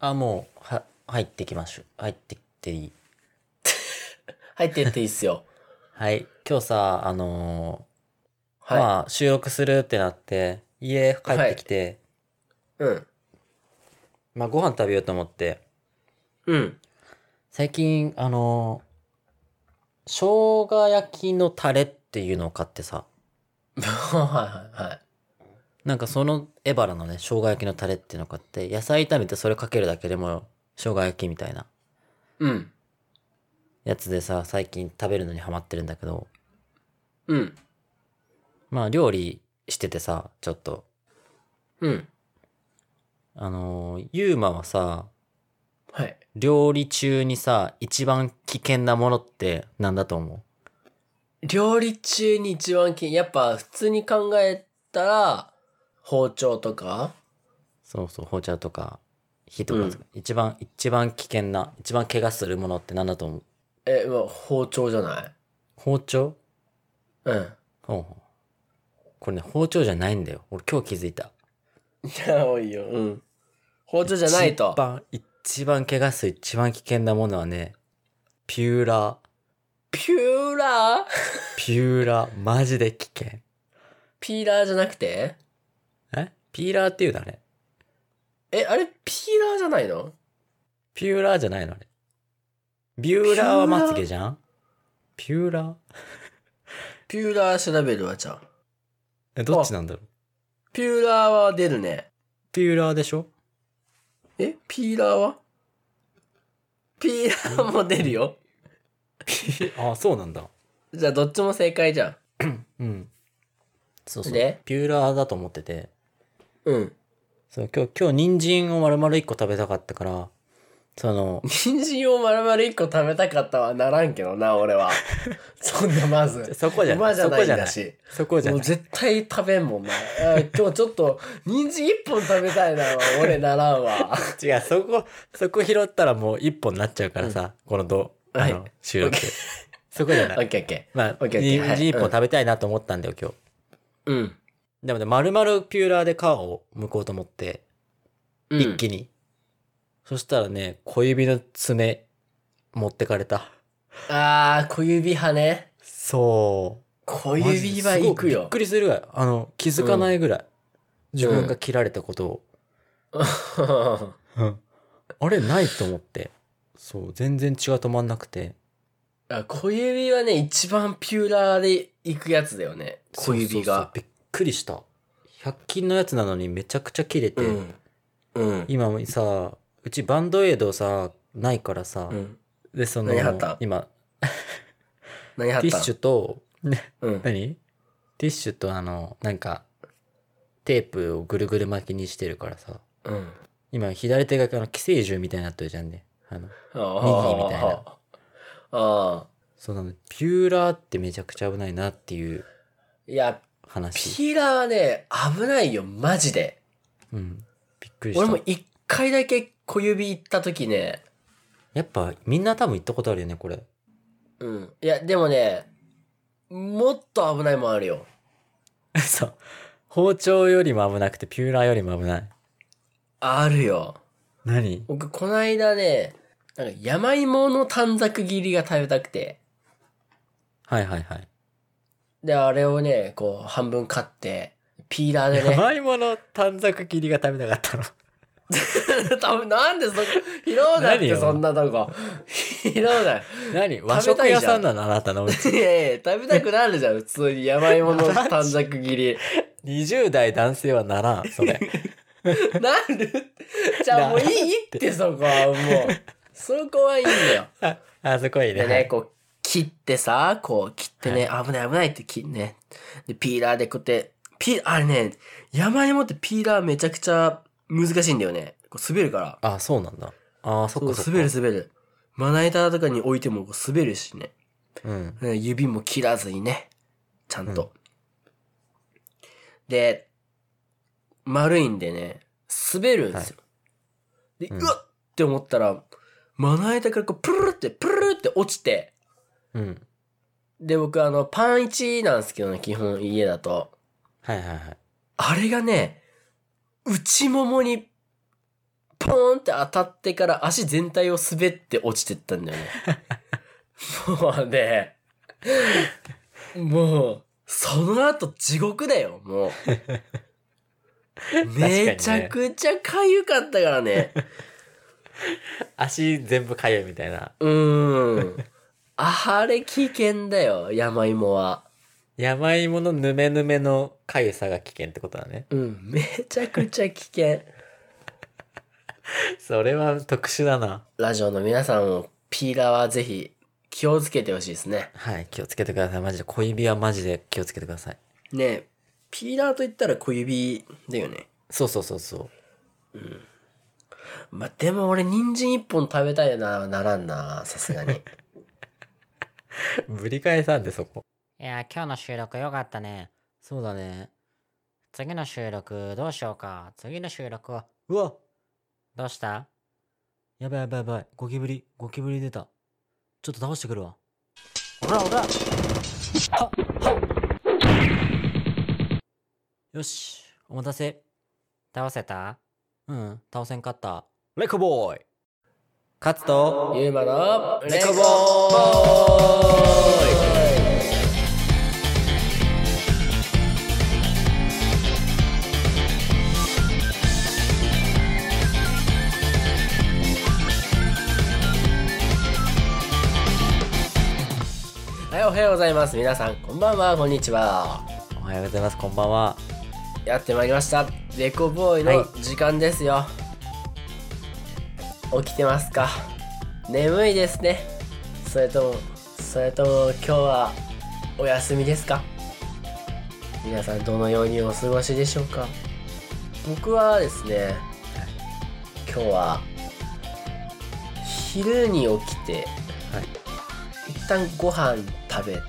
あ、もう、は、入ってきましょう。入ってきていい。入ってっていいっ すよ。はい。今日さ、あのーはい。まあ、収録するってなって、家帰ってきて、うん。まあ、ご飯食べようと思って、うん。 最近、あのー生姜焼きのタレっていうのを買ってさ、はいはいはい。なんかそのエバラのね、生姜焼きのタレっていうのを買って、野菜炒めてそれかけるだけでも生姜焼きみたいなうん。やつでさ、最近食べるのにハマってるんだけど、うん。まあ料理しててさ、ちょっと、うん。あのー、ユーマはさ、はい。料理中にさ、一番危険なものって何だと思料理中に一番気に、やっぱ普通に考えたら、包丁とかうそうそう、包丁とか、火とか、一番、一番危険な、一番怪我するものって何だと思うえ、まあ、包丁じゃない包丁うん。 ほうほうこれね、包丁じゃないんだよ。俺今日気づいた。いや、多いよ。うん。包丁じゃないと一。番、一番怪我する一番危険なものはね、ピューラー。ピューラーピューラー、マジで危険。ピーラーじゃなくてえピーラーって言うだね。え、あれ、ピーラーじゃないのピューラーじゃないのあれ。ビューラーはまつげじゃんピューラーピューラー調べるわ、じゃあ。え、どっちなんだろうピューラーは出るね。ピューラーでしょえ、ピーラーはピーラーも出るよ。あ、そうなんだ。じゃあ、どっちも正解じゃん。うん。そうそう。でピューラーだと思ってて。うん。そう、今日、今日人参を丸々一個食べたかったから、その、人参を丸々1個食べたかったはならんけどな、俺は。そんなまず。そこじゃない。馬じゃないそこんだじゃないし。。そこじゃもない。う絶対食べんもんな。あ今日ちょっと、人参1本食べたいな、俺ならんわ。違う、そこ、そこ拾ったらもう一本になっちゃうからさ、このど、あの、はい収録。そこじゃオなッい。ケーオッケまあ、オッケーオッケー人はい参一本うん食べたいなと思ったんだよ、今日。ー。うん。でもね、丸々ピューラーで皮を剥こうと思って、うん一気に。そしたらね、小指の爪、持ってかれた。あー、小指派ね。そう。小指は行くびっよ。くりするぐらい。あの、気づかないぐらい。自分が切られたことを。あれないと思って。そう、全然血が止まんなくて。 あ小指はね、一番ピューラーで行くやつだよね。小そうそ指が。うそうびっくりした。100均のやつなのにめちゃくちゃ切れて。うん。うん。今もさ、うちバンドエイドさ、ないからさ。うん。で、その何貼った、今、何貼テっィッたシュと、ねうん。何ティッシュとあの、なんか、テープをぐるぐる巻きにしてるからさ。うん。今、左手があの、寄生獣みたいになってるじゃんね。あの、あー右みたいな。あそうなの。ピューラーってめちゃくちゃ危ないなっていうーいや、話。ピーラーはね、危ないよ、マジで。うん。びっくりした。俺も一回だけ小指行った時ね、やっぱ、みんな多分行ったことあるよね、 これ。うん。いや、でもね、もっと危ないもんあるよ。そう。包丁よりも危なくて、ピューラーよりも危ない。あるよ。何僕、こないだね、なんか山芋の短冊切りが食べたくて。はいはいはい。で、あれをね、こう、半分買って、ピーラーでね。甘いもの短冊切りが食べたかったの。 多分なんでそこ、拾うなっ何て、よそんなとこ。 拾うなよ。 何た 和いじゃん食屋さんなのあなたのうち。いやいや、食べたくなるじゃん、普通に。山 芋の短冊切り。 20代男性はならん、そ れ。なるじゃあもういいって、そこはもう。そこはい いんだよ。あ、あそこいいね。でね、こう、切ってさ、こう、切ってね、危ない危ないって切んね。で、ピーラーでこうやって、ピー、あれね、山芋ってピーラーめちゃくちゃ難しいんだよね。こう滑るから。あ、そうなんだ。あ、そっかそっか。そう滑る滑る。まな板とかに置いてもこう滑るしね。うん。ね指も切らずにね。ちゃんと。で、丸いんでね、滑るんですよ。で、うんうわっって思ったら、まな板からこう、プルルって、プルルって落ちて、うん。で、僕あの、パン1なんですけどね、基本家だと。はいはいはい。あれがね、内ももに、ポーンって当たってから足全体を滑って落ちてったんだよね。もうね、もう、その後地獄だよ、 もう。かにねめちゃくちゃ痒かったからね。足全部かゆいみたいな。うーん。あれ危険だよ、山芋は。山芋のぬめぬめのかゆさが危険ってことだね。 うん、めちゃくちゃ危険。それは特殊だな。ラジオの皆さんもピーラーはぜひ気をつけてほしいですね。はい、気をつけてください。マジで。小指はマジで気をつけてください。ねえピーラーと言ったら小指だよね。そうそうそうそう。まあ、でも俺人参一本食べたいな、ならんな、さすが に。ぶり返さんでそこ。いや、今日の収録良かったね。そうだね。次の収録どうしようか。次の収録はうわどうしたやばいやばいやばい。ゴキブリ、ゴキブリ出た。ちょっと倒してくるわ。ほらほらよし、お待たせ。倒せたうん、倒せんかった。レックボーイ勝つと、ゆうまのレコボーイはい、おはようございます。皆さん、こんばんは、こんにちは。おはようございます。こんばんは。やってまいりました。レコボーイの時間ですよ。起きてますか眠いですね。それとも、それとも今日はお休みですか皆さんどのようにお過ごしでしょうか僕はですね、今日は昼に起きて、はい一旦ご飯食べて、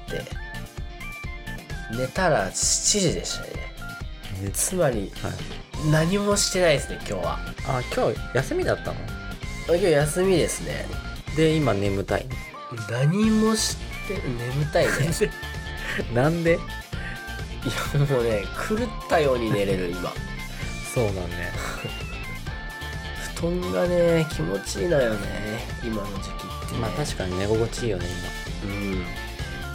寝たら7時でしたね。ねつまりはい。何もしてないですね今日はあ、今日休みだったの今日休みですねで、今眠たい。 何もして眠たいねなんでいやもうね狂ったように寝れる今そうだ ね。布団がね気持ちいいのよね今の時期って、ね、まあ確かに寝心地いいよね、うん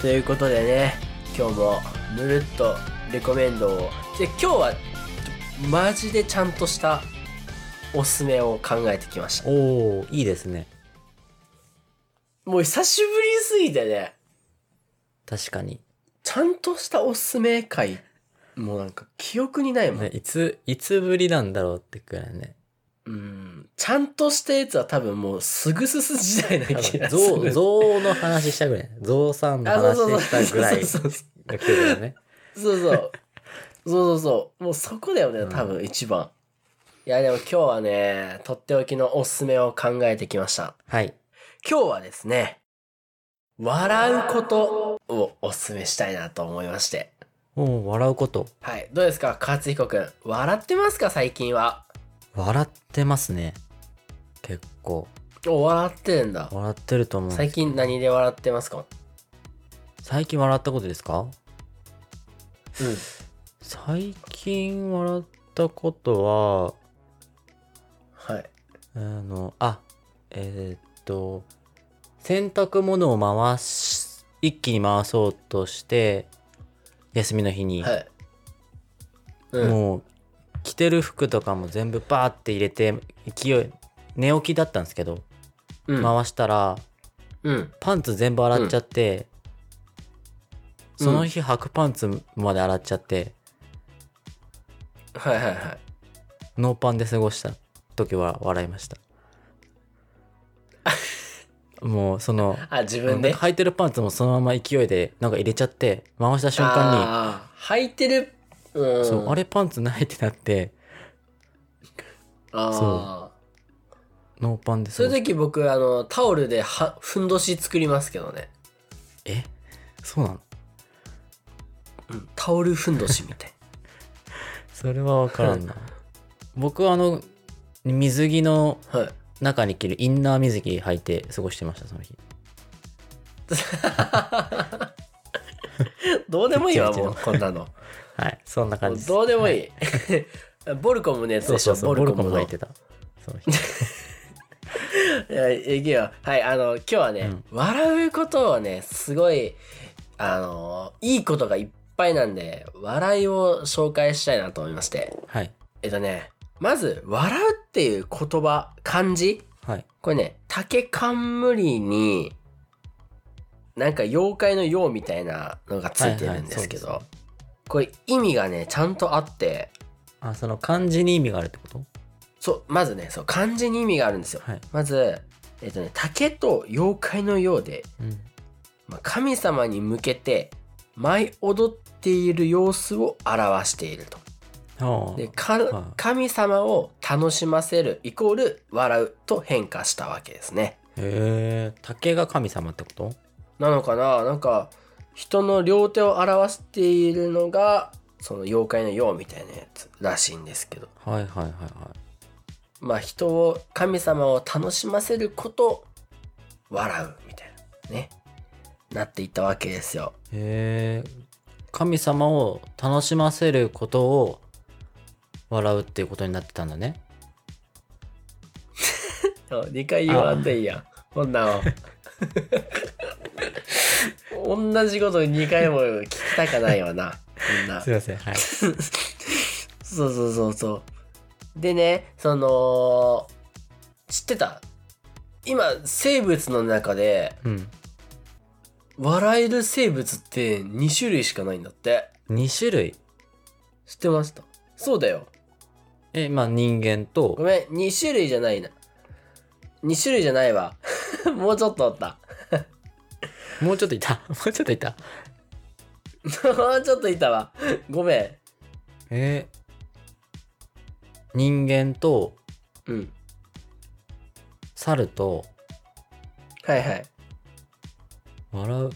ということでね今日もぬるっとレコメンドをで今日はちょマジでちゃんとしたおすすめを考えてきました今。おー、いいですね。もう久しぶりすぎてね確かに。ちゃんとしたおすすめ会もうなんか記憶にないもん、ね、いつ、いつぶりなんだろうってくらいね。うんちゃんとしたやつは多分もうすぐすす時代な多気分がす象る象の話したぐらい。象さんのあ話そうそうしそうたぐらいそうそうそうが来てるよ ね。そうそうそうそうそうもうそこだよね多分一番、いやでも今日はねとっておきのおすすめを考えてきましたはい。今日はですね笑うことをおすすめしたいなと思いましてもう笑うこと。はいどうですか勝彦くん笑ってますか最近は笑ってますね。結構。お笑ってんだ笑ってると思う。最近何で笑ってますか最近笑ったことですかうん最近笑ったことは、はいあの、あ、えーっと、洗濯物を回し、一気に回そうとして、休みの日に、はい。うん。もう、着てる服とかも全部バーって入れて、勢い、寝起きだったんですけど、うん。回したら、うん。パンツ全部洗っちゃって、うんその日履くパンツまで洗っちゃって、はいはいはい。ノーパンで過ごした時は笑いま した。もうその、あ、自な分んかで。履いてるパンツもそのまま勢いでなんか入れちゃって、回した瞬間あー。履いてる。うん。に、そう、あれパンツないってなって、あーそノーパンでそう過ごいうした。時僕、あの、タオルでは、ふんどし作りますけどね。えそうなのうん。タオルふんどしみたい。それはわからんな。僕はあの、水着の はい。中に着るインナー水着履いて過ごしてました、その日。どうでもいいわ、ピッチもリう、チこん なの。はい、そんなも感じうです。 どうでもいい。ボルコムのやつそでうしそょ、うそう、ボルコもの履いてた。その人いやいくよはいあの今日はね、うん笑うことをねすごいあのいいことがいっぱいなんで笑いを紹介したいなと思いましてはいえっとねまず「笑う」っていう言葉漢字はいこれね竹冠になんか妖怪の「よう」みたいなのがついてるんですけど、はいはいこれ意味がねちゃんとあってあその漢字に意味があるってことそうまずねそう漢字に意味があるんですよはい、まず、えっとね、竹と妖怪のようで、うん、まあ、神様に向けて舞い踊っている様子を表していると。ああでかはい神様を楽しませるイコール笑うと変化したわけですね。へえ竹が神様ってことなのかななんか人の両手を表しているのがその妖怪のようみたいなやつらしいんですけどはいはいはいはいまあ人を神様を楽しませること笑うみたいなねなっていったわけですよ。へえ神様を楽しませることを笑うっていうことになってたんだねそう二回言わんでいいやん。こんなんを。同じこと2回も聞きたかないよな。みんな。いませんはいそうそうそうそう。でね、その、知ってた今、生物の中で、うん笑える生物って2種類しかないんだって。 2種類知ってましたそうだよ。えまあ人間ごとめん、2種類じゃないな。2種類じゃないわ。 もうちょっとおった。 もうちょっといた もうちょっといたもうちょっといたわ。ごめん。えー人間とうん。猿とはいはい。笑う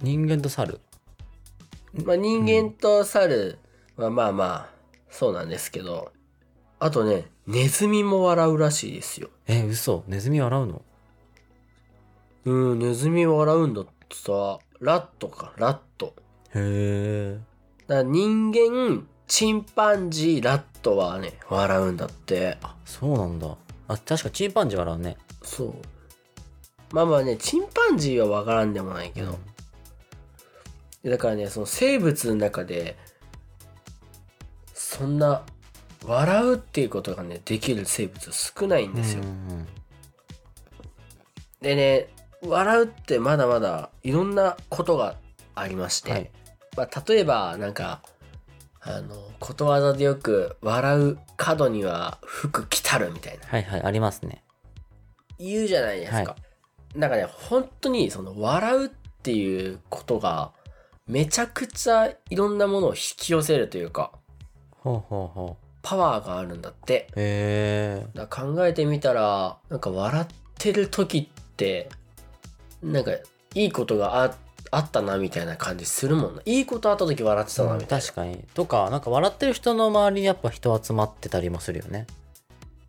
人間と猿まあ、人間と猿はまあまあそうなんですけどあとねネズミも笑うらしいですよえ嘘ネズミ笑うのうんネズミ笑うんだってさラットかラットへえだから人間チンパンジーラットはね笑うんだってあそうなんだあ確かチンパンジー笑うねそうまあまあねチンパンジーは分からんでもないけど、だからねその生物の中でそんな笑うっていうことがねできる生物少ないんうんですよ、うんでね笑うってまだまだいろんなことがありまして、はいまあ、例えばなんかあのことわざでよく「笑う角には服着たる」みたいなはいはいありますね言うじゃないですか、はなんかね本当にその笑うっていうことがめちゃくちゃいろんなものを引き寄せるというかほうほうほパワーがあるんだってうへえだから考えてみたらなんか笑ってる時ってなんかいいことがああったなみたいな感じするもんないいことあった時笑ってたなみたいな、確かにとかなんか笑ってる人の周りにやっぱ人集まってたりもするよね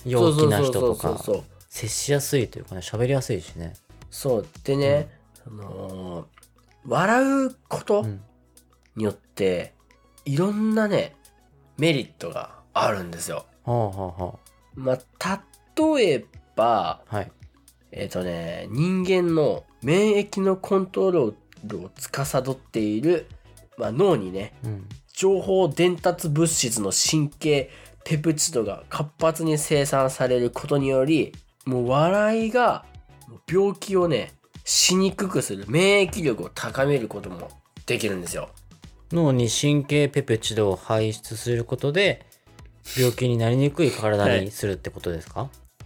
そ陽うそ気うなそう人とかそうそう接しやすいというかね喋りやすいしねそうでね、あのー笑うことうんによっていろんなねメリットがあるんですよほうほうほまあ例えばうはいえっ、とね、人間の免疫のコントロールを司っている、まあ、脳にね、うん情報伝達物質の神経ペプチドが活発に生産されることにより、もう笑いが病気をね、しにくくする免疫力を高めることもできるんですよ。脳に神経ペプチドを排出することで病気になりにくい体にするってことですか、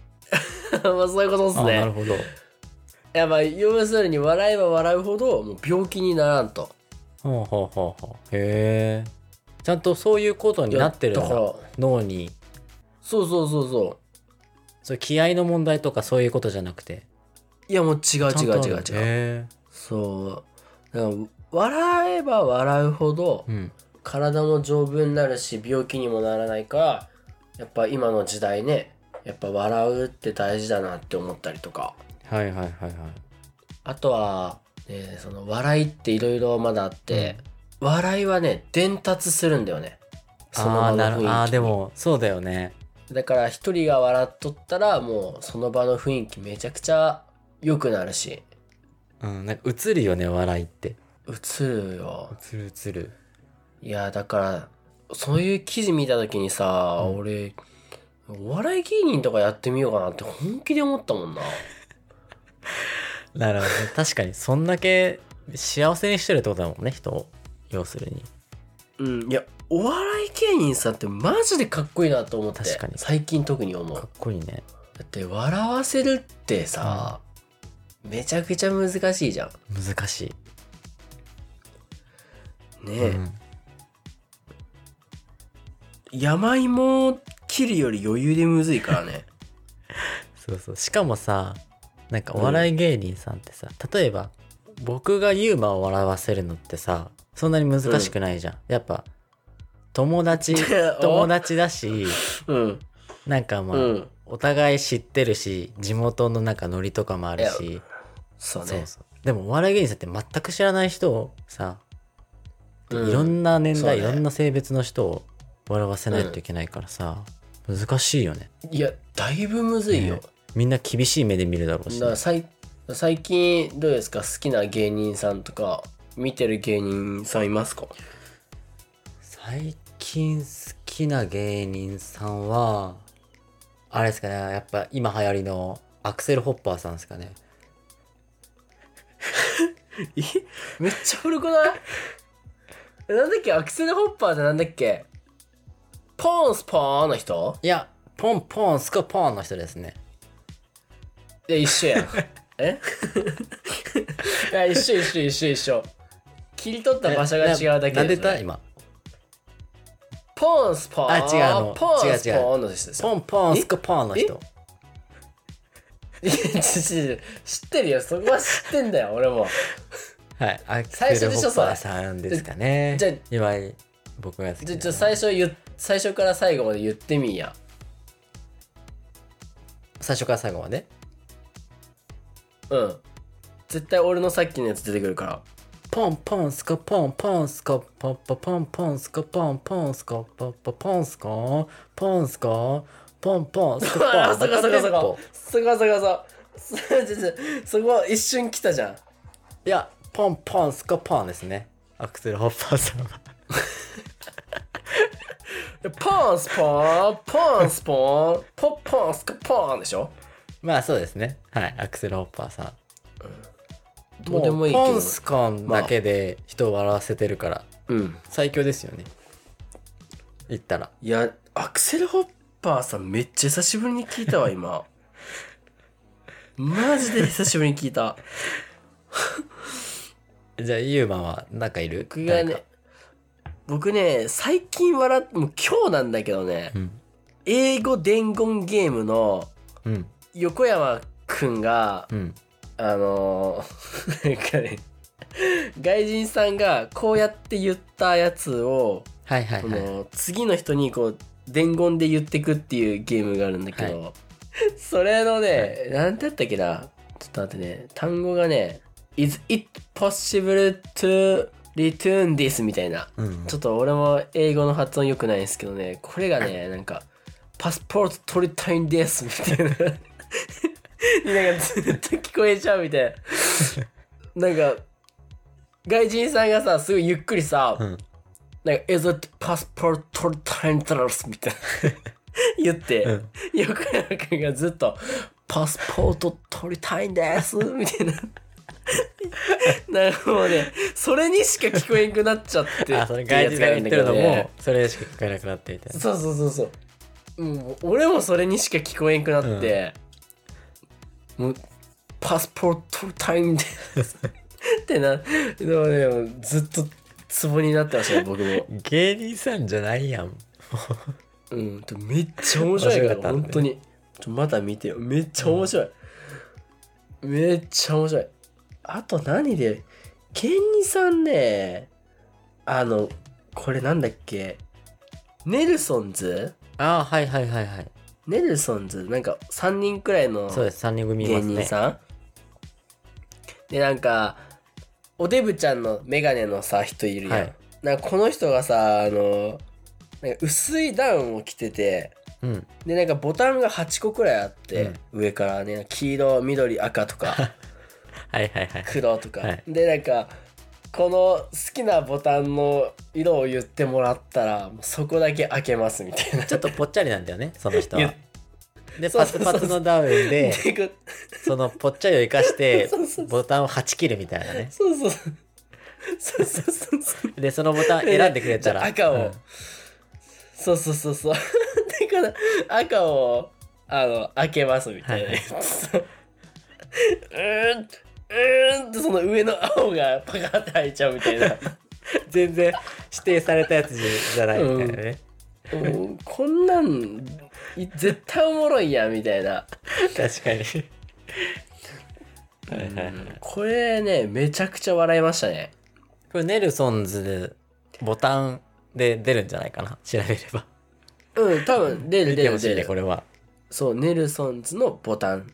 まあそういうことです あなるね。ほどいやまあ要するに笑えば笑うほどもう病気にならんと。ほうほうほうほうへえちゃんとそういうことになってるんだからだ脳にそうそうそうそう。それ気合の問題とかそういうことじゃなくていやもう違う違う違う違う。ちゃんとあるへそう。だから笑えば笑うほどえうん体も丈夫になるし病気にもならないからやっぱ今の時代ねやっぱ笑うって大事だなって思ったりとかはいはいはいはいあとは、ね、その笑いっていろいろまだあって、笑いはね伝達するんだよねそのあ場あーのな雰囲気るあーでもそうだよねだから一人が笑っとったらもうその場の雰囲気めちゃくちゃ良くなるしうん、なんか映るよね、笑いって。映るよ映る映る。いやだからそういう記事見た時にさ、うん俺お笑い芸人とかやってみようかなって本気で思ったもんななるほどね。 確かに、そんだけ幸せにしてるってことだもんね、人を。要するに。うんいやお笑い芸人さんってマジでかっこいいなと思って確かに最近特に思うかっこいいね。だって笑わせるってさ、めちゃくちゃ難しいじゃん難しねい。え、うん山芋を切るより余裕でむずいから ねそうそう。しかもさ、なんかお笑い芸人さんってさ、例えば、僕がユーマを笑わせるのってさ、そんなに難しくないじゃん。やっぱ、友 達、友達だし、うんなんかまあ、うんお互い知ってるし、地元のなんかノリとかもあるし、そうそうねそう。でもお笑い芸人さんって全く知らない人をさ、うんいろんな年代、そういねろんな性別の人を笑わせないといけないからさ、難しいよね。いやだいぶむずいよ、ねみんな厳しい目で見るだろうし、だからさい最近どうですか好きな芸人さんとか見てる芸人さんいますか最近好きな芸人さんは、あれですかね、やっぱ今流行りのアクセルホッパーさんですかね。えめっちゃ古くない えなんだっけアクセルホッパーってなんだっけポーンスポーンの人いや、ポンポンスコポンの人ですね。いや一緒 やんえいや一緒一緒一緒一緒切り取った場所が違うだけななんでよたね今。ポーンスポーンあ違うあのポーンス違う違うポーンの人ですよポンポンスコポンの人。 いやちょちょちょ知ってるよそこは知ってんだよ俺もはい、アク最セ初ルホでしょッそパれーさんですかね。じゃ今、僕が好きじゃなじゃ最初言っ最初から最後まで言ってみいや最初から最後まで。うん絶対俺のさっきのやつ出てくるからポンポンスコポンポンスコポンポポンポンスコポンポンスコポンポポンスコポンスコポンポンスコポンあそこそこそこそこそこそこそちょちょそこ 一瞬来たじゃんいやポンポンスコポンですねアクセルホッパーさんはでポーンスポーンポーンスポーンポッポーンスカポーンでしょまあそうですねはいアクセルホッパーさんどうでもいいけうどポンスコンだけで人を笑わせてるからうん最強ですよね言ったらいやアクセルホッパーさんめっちゃ久しぶりに聞いたわ今マジで久しぶりに聞いたじゃあユーマはなんかいる僕が誰かね僕ね最近笑ってもう今日なんだけどね、うん英語伝言ゲームのうん横山くんがうんあのー なんかね外人さんがこうやって言ったやつを、はいはいこはいの次の人にこう伝言で言ってくっていうゲームがあるんだけど、 それのね、なんてやったっけなちょっと待ってね単語がね「Is it possible to return this?」みたいなうんちょっと俺も英語の発音良くないんですけどね、これがね、 なんか、パスポート取りたいんです、みたいな。なんかずっと聞こえちゃうみたいな。なんか、外人さんがさ、すごいゆっくりさ、うんなんか、is it passport for time t r a v みたいな。 言って、うん横山くんがずっと、パスポート取りたいんですみたいな。 なんかもうね、それにしか聞こえんくなっちゃって。あそれ外人が言ってるのっていうやもそれしか聞こえなくなってみたいつがいないんだけどねそうそうそうそう。もう俺もそれにしか聞こえんくなって、もう、パスポート取りたいんです。ってな、でもね、もうずっとツボになってましたね、僕も。芸人さんじゃないやんうん、めっちゃ面白い面白かかったら、んで本当に。ちょまた見てよ。めっちゃ面白い。めっちゃ面白い。あと何で、ケンニさんね、あの、これなんだっけ、ネルソンズああはいはいはいはいネルソンズなんか3人くらいのそうです3人組いま芸す人ねさんで、なんか、おデブちゃんのメガネのさ、人いるやん。はいなんかこの人がさ、あの、なんか薄いダウンを着てて、うんでなんかボタンが8個くらいあって、上からね黄色緑赤 とかはいはいはい黒とか、はいでなんかこの好きなボタンの色を言ってもらったらもうそこだけ開けますみたいなちょっとぽっちゃりなんだよ ねその人はでそうパそツうそうパツのダウン ででこそのぽっちゃりを生かしてそうそうボタンをはち切るみたいなねそうそうそうそうそうそうでそのボタン 選んでくれたらじゃあ赤を、うんそうそうそうそう だから赤をあの開けますみたいな、はいそううーんうーんってその上の青がパカッて開いちゃうみたい な全然指定されたやつじゃないみたいなね、うんこんなんい絶対おもろいやんみたいな確かにはいはいはいこれねめちゃくちゃ笑いましたねこれネルソンズでボタンで出るんじゃないかな調べればうん多分出る見出てるほし出いねるこれはそうネルソンズのボタン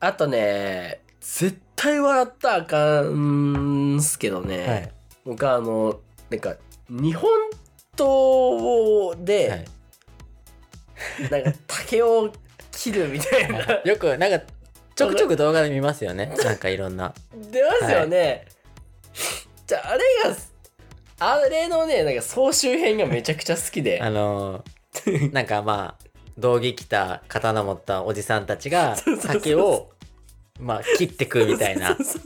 あとね絶対笑ったらあかんっすけどね、はい僕あのなんか日本刀で、はいなんか竹を切るみたいな よくなんかちょくちょく動画で見ますよねなんかいろんな出ますよね、じゃああれがあれのねなんか総集編がめちゃくちゃ好きであの ーなんかまあ道着着た刀持ったおじさんたちが そうそうそう竹をまあ切ってくみたいな そう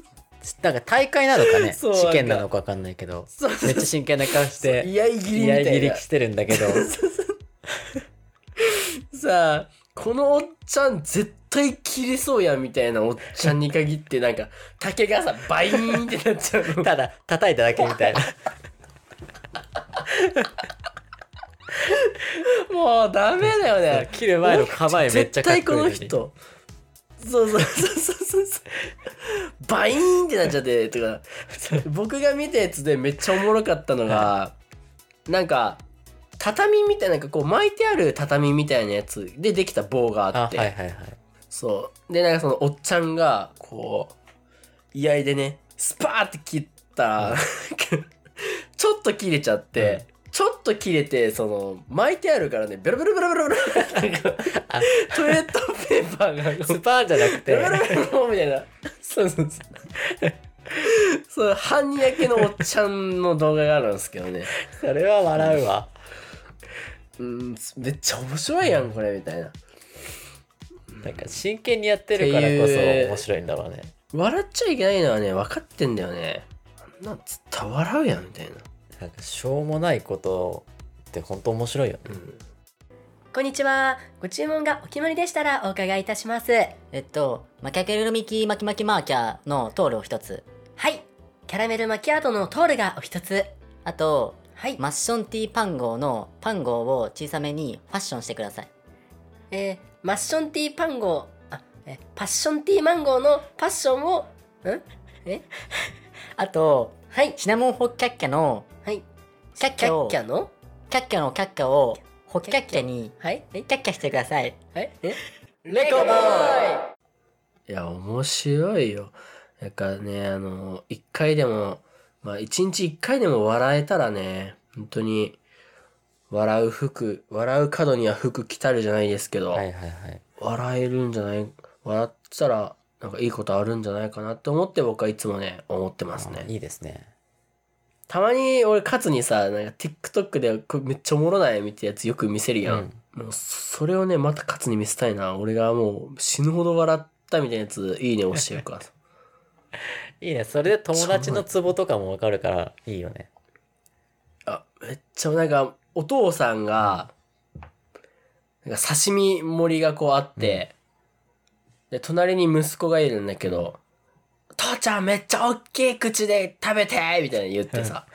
なんか大会なのかねそう試験なのか分かんないけどそうそうめっちゃ真剣な顔して居合切りみ居た合切いりなしてるんだけどさあこのおっちゃん絶対切れそうやんみたいなおっちゃんに限ってなんか竹がさバイーン ってなっちゃうのただ叩いただけみたいなもうダメだよね切る前の構えめっちゃかっこいいのに絶対この人そうそうそうそうそうバイーンってなっちゃってとか僕が見たやつでめっちゃおもろかったのが、なんか畳みたいななんかこう巻いてある畳みたいなやつでできた棒がああっはていはいはいそうでなんかそのおっちゃんがこう居合でねスパーって切ったら、 ちょっと切れちゃって、ちょっと切れてその巻いてあるからねベロベロベロベロベロなんかあトイレットペーパーがスパーじゃなくベてロベロベロベロみたいなそうそうそうそう半焼けのおっちゃんの動画があるんですけどねそれは笑うわうんめっちゃ面白いやんこれみたいななんか真剣にやってるからこってそいう面白いんだろうね笑っちゃいけないのはね分かってんだよねあんなんつったら笑うやんみたいななんかしょうもないことって本当面白いよねこんにちは。ご注文がお決まりでしたらお伺いいたします。えっと、マキャケルミキマキマキマーキャーのトールを一つ。はい。キャラメルマキアートのトールがお一つ。あと、はい。マッションティーパンゴーのパンゴーを小さめにファッションしてください。えー、マッションティーパンゴー、あ、え、パッションティーマンゴーのパッションを、んあと、はい。シナモンホッキャッキャの、はい。キャッキャを、キキャャッキャのッキャのキャッキャを、ホッキャッキャに、はい。キャッキャしてください。はい。えレコボーイいや面白いよだからねあの一回でもまあ一日一回でも笑えたらね本当に笑う服笑う角には服着たるじゃないですけど、はいはいはい笑えるんじゃない笑ったらなんかいいことあるんじゃないかなって思って僕はいつもね思ってますねいいですねたまに俺勝つにさなんか TikTok でこれめっちゃおもろないみたいなやつよく見せるやん、もうそれをねまた勝つに見せたいな俺がもう死ぬほど笑ったみたいなやついいね押してるからいいねそれで友達のツボとかもわかるからいいよねあめっちゃなんかお父さんが、なんか刺身盛りがこうあって、で隣に息子がいるんだけど「父ちゃんめっちゃ大きい口で食べて!」みたいな言って さ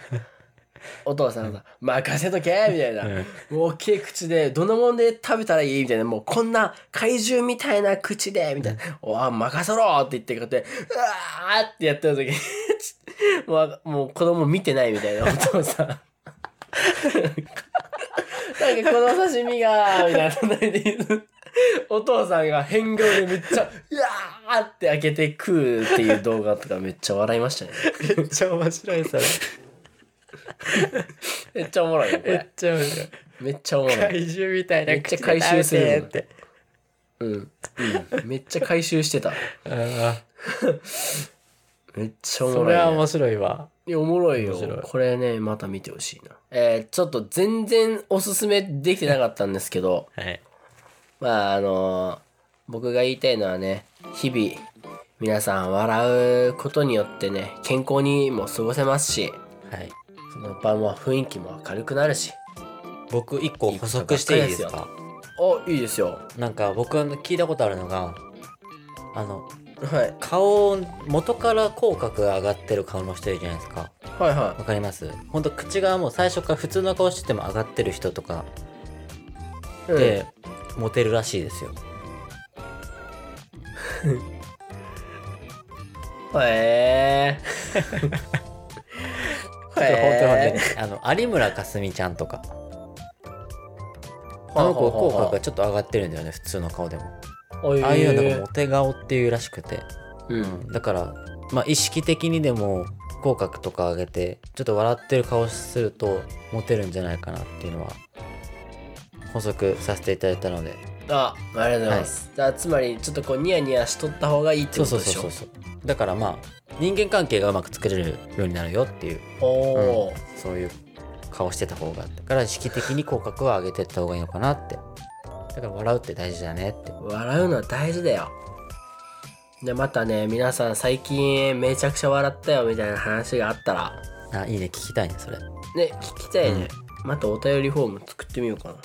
お父さんがさ「任せとけ!」みたいな。大きい口で、どんなもんで食べたらいいみたいな、もうこんな怪獣みたいな口で、みたいな、おあ、任せろって言ってくれて、うわーってやってる時に、 もう、もう子供見てないみたいな、お父さん。なんかこの刺身が、みたいな隣で言うお父さんが変顔でめっちゃ、うわーって開けて食うっていう動画とかめっちゃ笑いましたね。めっちゃ面白いそれめっちゃおもろいね、こめれっ。ちゃ面白いめっちゃおもろい。怪獣みたいなめっちゃ回収するも口でん食べてってうん。うんめっちゃ回収してた。あめっちゃーおもろそい、ね。れは面白いわいや、おもろいよ面白い。これね、また見てほしいな。えー、ちょっと全然おすすめできてなかったんですけど、はいまあ、あのー僕が言いたいのはね、日々、皆さん笑うことによってね、健康にも過ごせますし、はいその場も雰囲気も明るくなるし。僕一個補足していいですかあ、いいですよ。なんか僕あの聞いたことあるのがあのはい。顔元から口角が上がってる顔の人いるじゃないですかはいわはかりますほんと口がもう最初から普通の顔してても上がってる人とかい。うん、で、モテるらしいですよ へえ。ちょっと本当に待ってねあの有村架純ちゃんとかあの子口角がちょっと上がってるんだよね普通の顔でもああいうなんかモテ顔っていうらしくてうん。だからまあ意識的にでも口角とか上げてちょっと笑ってる顔するとモテるんじゃないかなっていうのは補足させていただいたのであ、ありがとうございます。じゃあつまり、ちょっとこう、ニヤニヤしとった方がいいってそうこそとうでしそう。そょうだからまあ人間関係がうまく作れるようになるよっていうおおー、そういう顔してた方がだから意識的に口角は上げてった方がいいのかなってだから笑うって大事だねって笑うのは大事だよ。で、またね、皆さん最近めちゃくちゃ笑ったよみたいな話があったら、あいいね聞きたいねそれね、聞きたいね。またお便りフォーム作ってみようかな。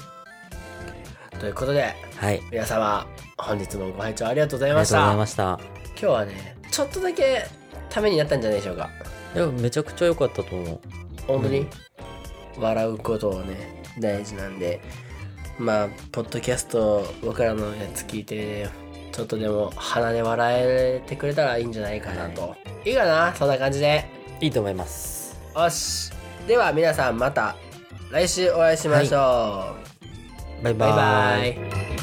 ということで、はいあり皆様、本日もご拝聴ありがとうございまがしとうございた。ました今日はね、ちょっとだけためになったんじゃないでしょうか。いやめちゃくちゃ良かったと思う本当に、笑うことをね大事なんでまあポッドキャスト僕らのやつ聞いてちょっとでも鼻で笑えてくれたらいいんじゃないかなと、い、いかなそんな感じでいいと思いますよしでは皆さんまた来週お会いしましょう、バイババイバイイ